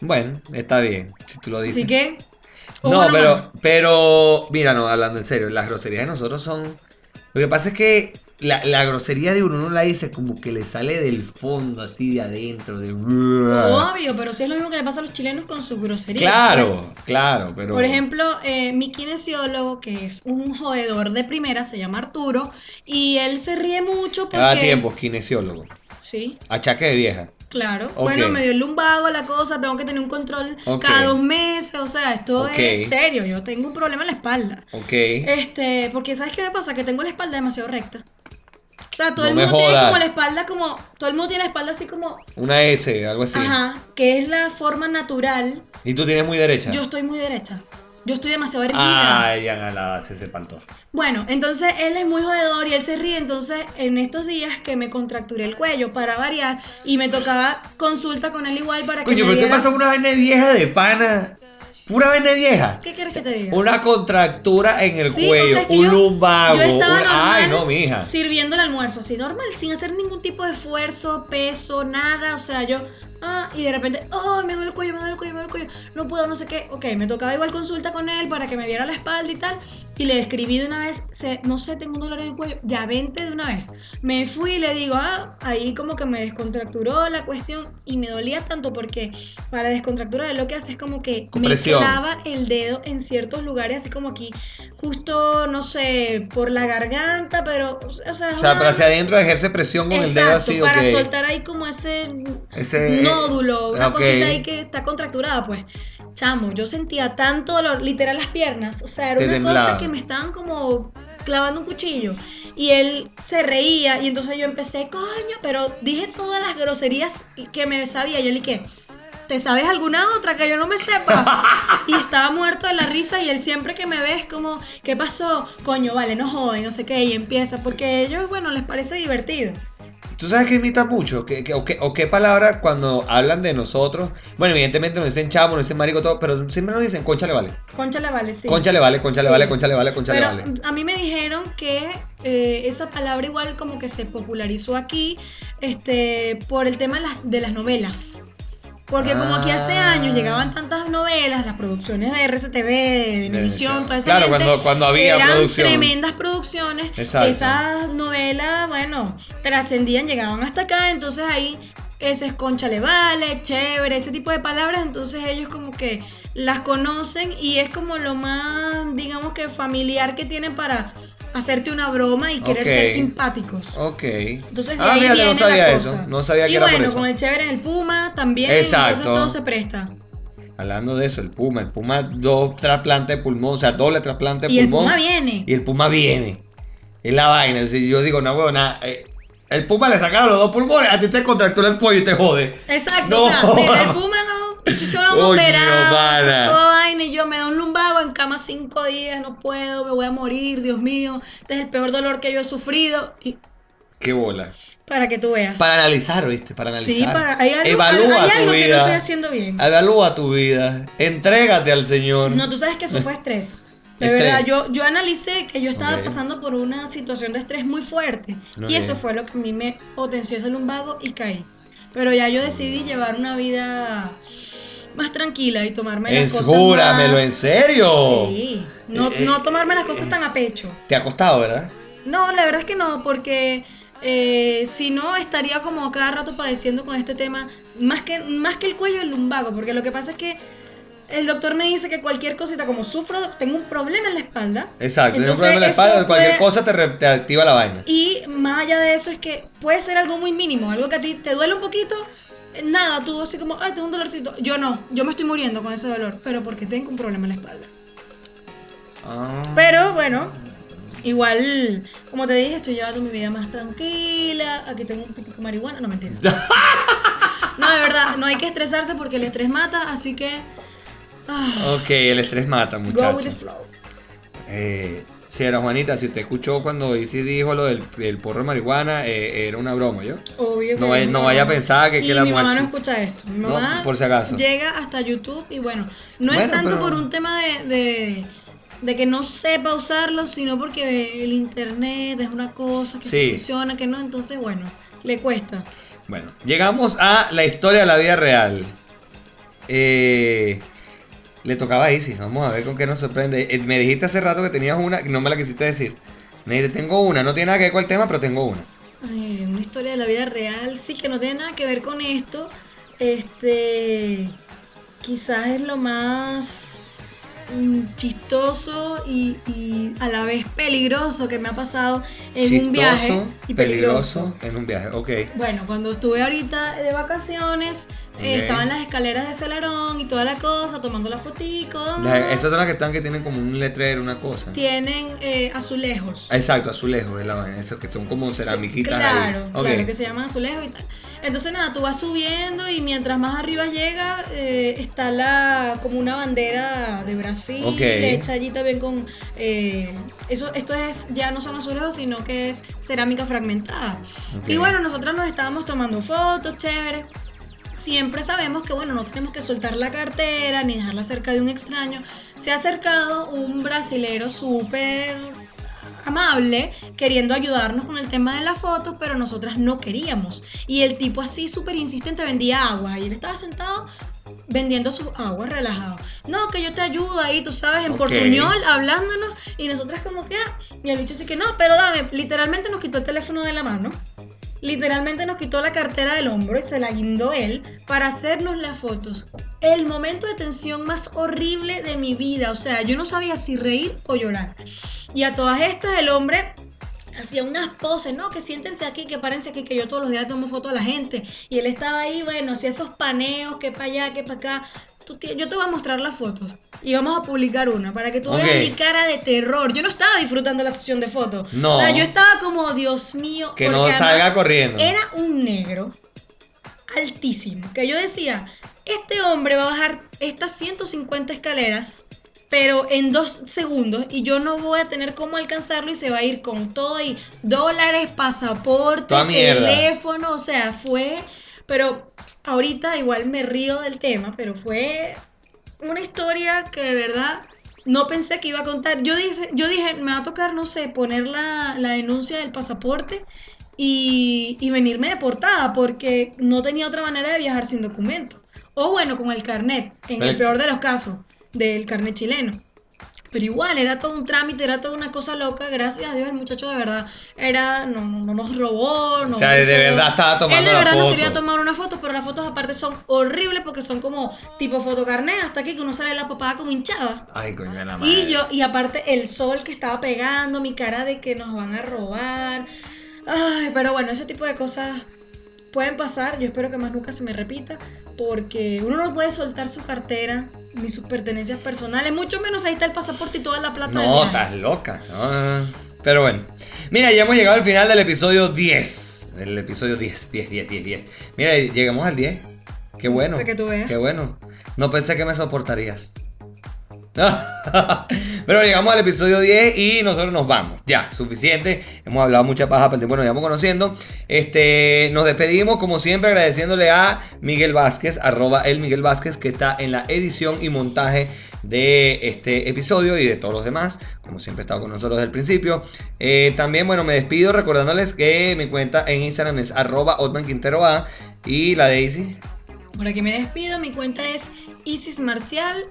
B: Bueno, está bien, si tú lo dices.
C: Así que.
B: no,
C: ojo nomás.
B: pero, pero, mira, no, hablando en serio, las groserías de nosotros son. Lo que pasa es que la, la grosería de uno no la dice como que le sale del fondo, así de adentro, de.
C: Obvio, pero sí es lo mismo que le pasa a los chilenos con su grosería.
B: ah. Claro, claro, pero.
C: Por ejemplo, eh, mi kinesiólogo, que es un jodedor de primera, se llama Arturo, y él se ríe mucho porque...
B: Cada tiempo, kinesiólogo.
C: Sí,
B: Achaque de vieja.
C: claro.
B: Ok.
C: Bueno, me dio el lumbago, la cosa, tengo que tener un control
B: Ok.
C: cada dos meses, o sea, esto
B: Ok.
C: es serio, yo tengo un problema en la espalda.
B: Ok.
C: Este, porque ¿sabes qué me pasa? Que tengo la espalda demasiado recta. O sea, todo
B: No
C: el
B: me
C: mundo tiene como
B: jodas.
C: la espalda como... Todo el mundo tiene la espalda así como...
B: Una S, algo así.
C: Ajá, que es la forma natural
B: Y tú tienes muy derecha.
C: Yo estoy muy derecha. Yo estoy demasiado erguida.
B: Ay, Ana la se paltó.
C: Bueno, entonces él es muy jodedor y él se ríe. Entonces, en estos días que me contracturé el cuello para variar y me tocaba consulta con él igual para que.
B: Coño,
C: me
B: pero te
C: diera-
B: pasa una vaina vieja de pana. Pura vaina vieja.
C: ¿Qué quieres que te diga?
B: Una contractura en el
C: Sí, o
B: cuello,
C: sea, es que
B: un
C: yo-
B: lumbago.
C: yo estaba
B: un- Ay,
C: normal
B: no, mija.
C: Sirviendo el almuerzo, así normal, sin hacer ningún tipo de esfuerzo, peso, nada. O sea, yo. Ah, y de repente, oh, me duele el cuello, me duele el cuello, me duele el cuello. No puedo, no sé qué. Ok, me tocaba igual consulta con él para que me viera la espalda y tal. Y le escribí de una vez, se- no sé, tengo un dolor en el cuello. Ya vente de una vez. Me fui y le digo, ah, ahí como que me descontracturó la cuestión. Y me dolía tanto porque para descontracturar él lo que hace es como que me
B: Compresión.
C: clava el dedo en ciertos lugares, así como aquí justo, no sé, por la garganta, pero, o sea, ah,
B: O sea, para hacia adentro ejerce presión con el dedo así,
C: para
B: ok.
C: soltar ahí como ese
B: Ese-
C: nódulo, una
B: Eh, ok.
C: cosita ahí que está contracturada, pues. Chamo, yo sentía tanto dolor, literal las piernas, o sea, era
B: Te
C: una
B: temblaba.
C: cosa que me estaban como clavando un cuchillo. Y él se reía y entonces yo empecé, coño, pero dije todas las groserías que me sabía y él y qué. ¿Te sabes alguna otra que yo no me sepa? Y estaba muerto de la risa y él siempre que me ve es como, ¿qué pasó? Coño, vale, no jode, no sé qué, y empieza, porque a ellos, bueno, les parece divertido.
B: ¿Tú sabes que imitan mucho? ¿Qué, qué- o, qué, o qué palabra cuando hablan de nosotros? Bueno, evidentemente nos dicen chavo, nos dicen marico, todo, pero siempre nos dicen concha le vale.
C: Concha le vale, sí.
B: Concha le vale, concha le
C: Sí.
B: vale, concha le vale, concha le
C: Pero
B: vale.
C: a mí me dijeron que eh, esa palabra igual como que se popularizó aquí este, por el tema de las, de las novelas. Porque como aquí hace
B: Ah.
C: años llegaban tantas novelas, las producciones de RCTV, de Venevisión, toda esa
B: Claro,
C: gente,
B: cuando, cuando había
C: eran
B: producción.
C: tremendas producciones.
B: Exacto.
C: Esas novelas, bueno, trascendían, llegaban hasta acá, entonces ahí ese es concha le vale, chévere, ese tipo de palabras, entonces ellos como que las conocen y es como lo más, digamos que familiar que tienen para hacerte una broma y
B: Ok.
C: querer ser simpáticos.
B: Ok.
C: Entonces de
B: ah,
C: ahí
B: fíjate,
C: viene
B: no sabía
C: la
B: eso.
C: cosa.
B: No sabía
C: y
B: que
C: bueno,
B: era por
C: con
B: eso.
C: el chévere en el Puma también,
B: Exacto.
C: entonces todo se presta.
B: Hablando de eso, el puma. El puma, dos trasplantes de pulmón, o sea, doble trasplante de
C: Y el
B: pulmón.
C: Puma viene.
B: Y el puma viene. Es la vaina. Si yo digo, no, huevo, nada. eh, el puma le sacaron los dos pulmones, a ti te contractura el cuello y te jode.
C: Exacto,
B: No.
C: o sea, mira, el Puma no, yo lo
B: Coño,
C: voy a operar,
B: pana.
C: toda vaina, y yo me da un lumbago en cama cinco días, no puedo, me voy a morir, Dios mío, este es el peor dolor que yo he sufrido, y
B: Qué bola.
C: para que tú veas.
B: Para analizar, ¿viste? Para analizar.
C: sí, para, hay algo,
B: Evalúa
C: hay
B: tu
C: algo que no
B: vida.
C: estoy haciendo bien.
B: Evalúa tu vida. Entrégate al Señor.
C: No, tú sabes que eso fue estrés. De
B: Estrés.
C: verdad, yo, yo analicé que yo estaba
B: Ok.
C: pasando por una situación de estrés muy fuerte.
B: Ok.
C: Y eso fue lo que a mí me potenció ese lumbago y caí. Pero ya yo decidí llevar una vida más tranquila y tomarme las cosas
B: Júramelo,
C: más-
B: en serio.
C: Sí, no,
B: Eh,
C: no tomarme las cosas tan a pecho.
B: Te ha costado, ¿verdad?
C: No, la verdad es que no, porque eh, si no estaría como a cada rato padeciendo con este tema, más que, más que el cuello, el lumbago, porque lo que pasa es que el doctor me dice que cualquier cosita, como sufro, tengo un problema en la espalda,
B: Exacto. Tienes un
C: Entonces,
B: problema en la
C: eso
B: espalda, cualquier
C: puede-
B: cosa te, re- te activa la vaina.
C: y más allá de eso es que puede ser algo muy mínimo, algo que a ti te duele un poquito, eh, nada, tú así como, ay, tengo un dolorcito. Yo no, yo me estoy muriendo con ese dolor, pero porque tengo un problema en la espalda.
B: Ah.
C: Pero bueno, igual, como te dije, estoy llevando mi vida más tranquila. Aquí tengo un poquito de marihuana, no mentira. No, de verdad, no hay que estresarse porque el estrés mata, así que. ah,
B: Ok, el estrés mata,
C: go with the
B: muchachos.
C: flow.
B: Eh, señora Juanita, si usted escuchó cuando Izzy dijo lo del el porro de marihuana, eh, era una broma, ¿yo?
C: Obvio que
B: No vaya- no vaya a pensar que-
C: Y
B: que la
C: Mi mamá
B: muerte-
C: no escucha esto. Mi
B: No,
C: mamá
B: por si acaso.
C: llega hasta YouTube y bueno, no es
B: Bueno,
C: tanto
B: pero-
C: por un tema de. de de que no sepa usarlo, sino porque el internet es una cosa que
B: Sí.
C: se funciona, que no, entonces bueno, le cuesta.
B: Bueno, llegamos a la historia de la vida real. Eh, le tocaba a Isis, vamos a ver con qué nos sorprende. Eh, me dijiste hace rato que tenías una, no me la quisiste decir. Me dijiste, tengo una, no tiene nada que ver con el tema, pero tengo una.
C: Ay, una historia de la vida real, sí, que no tiene nada que ver con esto. Este, quizás es lo más mm, chistoso y, y a la vez peligroso que me ha pasado en un viaje. Y
B: peligroso en un viaje, ok.
C: Bueno, cuando estuve ahorita de vacaciones, Eh,
B: Ok.
C: Estaban las escaleras de Celarón y toda la cosa, tomando la fotico.
B: La- Esas son las que están que tienen como un letrero, una cosa.
C: Tienen eh, azulejos.
B: Exacto, azulejos, es la vaina, esos que son como
C: Sí,
B: ceramiquitas. ahí.
C: Claro,
B: Ok.
C: claro, que se llaman azulejos y tal. Entonces nada, tú vas subiendo y mientras más arriba llega eh, está la como una bandera de Brasil
B: Ok.
C: hecha allí también con eh, eso esto es ya no son azulejos sino que es cerámica fragmentada.
B: Ok.
C: Y bueno, nosotras nos estábamos tomando fotos, chévere. Siempre sabemos que bueno, no tenemos que soltar la cartera ni dejarla cerca de un extraño. Se ha acercado un brasilero súper amable, queriendo ayudarnos con el tema de la foto, pero nosotras no queríamos. Y el tipo así súper insistente vendía agua y él estaba sentado vendiendo sus aguas relajado. No, que yo te ayudo ahí, tú sabes, en
B: Ok.
C: portuñol, hablándonos y nosotras como que, ah, y el bicho así que no, pero dame, literalmente nos quitó el teléfono de la mano. Literalmente nos quitó la cartera del hombro y se la guindó él para hacernos las fotos. El momento de tensión más horrible de mi vida. O sea, yo no sabía si reír o llorar. Y a todas estas, el hombre hacía unas poses, ¿no? Que siéntense aquí, que párense aquí, que yo todos los días tomo fotos a la gente. Y él estaba ahí, bueno, hacía esos paneos, que para allá, que para acá. Tú tie- yo te voy a mostrar las fotos y vamos a publicar una para que tú
B: Ok.
C: veas mi cara de terror. Yo no estaba disfrutando la sesión de fotos.
B: No.
C: O sea, yo estaba como, Dios mío.
B: Que
C: porque
B: no
C: además-
B: salga corriendo.
C: era un negro altísimo, que yo decía, este hombre va a bajar estas 150 escaleras, pero en dos segundos, y yo no voy a tener cómo alcanzarlo y se va a ir con todo y dólares, pasaporte,
B: Toda mierda.
C: teléfono, o sea, fue, pero ahorita igual me río del tema, pero fue una historia que de verdad no pensé que iba a contar. Yo dije, yo dije me va a tocar, no sé, poner la, la denuncia del pasaporte y, y venirme deportada porque no tenía otra manera de viajar sin documento. O bueno, con el carnet, en el
B: Pero-
C: peor de los casos, del carnet chileno. Pero igual, era todo un trámite, era toda una cosa loca. Gracias a Dios, el muchacho de verdad era no, no- no nos robó. No
B: o sea, de
C: hizo-
B: verdad estaba tomando
C: él de
B: la
C: verdad
B: foto.
C: no quería tomar una foto, pero las fotos aparte son horribles porque son como tipo fotocarnet, hasta aquí que uno sale la papada como hinchada.
B: Ay, coño de la madre.
C: Y yo, y aparte el sol que estaba pegando, mi cara de que nos van a robar. Ay, pero bueno, ese tipo de cosas pueden pasar. Yo espero que más nunca se me repita. Porque uno no puede soltar su cartera, ni sus pertenencias personales, mucho menos ahí está el pasaporte y toda la plata del
B: No,
C: viaje.
B: estás loca. no, no, no. Pero bueno. Mira, ya hemos llegado al final del episodio 10. Del episodio 10, 10, 10, 10, 10. Mira, llegamos al 10. Qué bueno.
C: Para que tú veas.
B: Qué bueno. No pensé que me soportarías. Pero llegamos al episodio 10 y nosotros nos vamos. Ya, suficiente. Hemos hablado mucha paja, pero bueno, ya vamos conociendo. Este, nos despedimos, como siempre, agradeciéndole a Miguel Vázquez, arroba el Miguel Vázquez, que está en la edición y montaje de este episodio y de todos los demás. Como siempre, ha estado con nosotros desde el principio. Eh, también, bueno, me despido recordándoles que mi cuenta en Instagram es arroba Otman Quintero A y la Daisy.
C: Por aquí me despido, mi cuenta es Isis Marcial.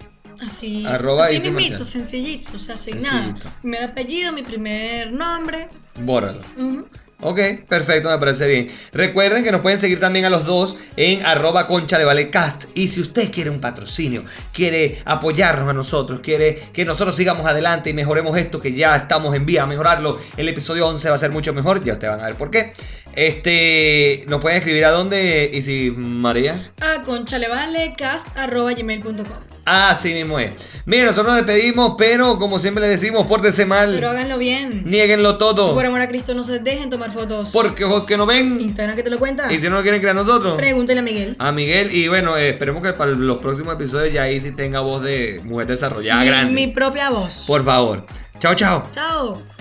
C: Así,
B: Arroba
C: así
B: Isis
C: mismito,
B: Marcial.
C: sencillito, o sea, sin nada.
B: Sencillito.
C: Primer apellido, mi primer nombre.
B: Bórralo.
C: ujú.
B: Ok, perfecto, me parece bien. Recuerden que nos pueden seguir también a los dos en arroba concha de valecast. Y si usted quiere un patrocinio, quiere apoyarnos a nosotros, quiere que nosotros sigamos adelante y mejoremos esto, que ya estamos en vía a mejorarlo, el episodio 11 va a ser mucho mejor, ya ustedes van a ver por qué. Este, nos pueden escribir a dónde, y si María.
C: A conchalevalecast.gmail.com
B: Ah, sí mismo es. Mira, nosotros nos despedimos, pero como siempre les decimos, pórtese
C: Pero
B: mal,
C: háganlo bien.
B: nieguenlo todo,
C: Por amor a Cristo, no se dejen tomar fotos.
B: porque ojos que no ven,
C: Instagram que te lo cuenta.
B: y si no lo quieren creer a nosotros.
C: Pregúntele a Miguel.
B: A Miguel, y bueno, eh, esperemos que para los próximos episodios ya ahí sí tenga voz de mujer desarrollada
C: mi,
B: grande.
C: mi propia voz.
B: Por favor. Chao, chao.
C: Chao.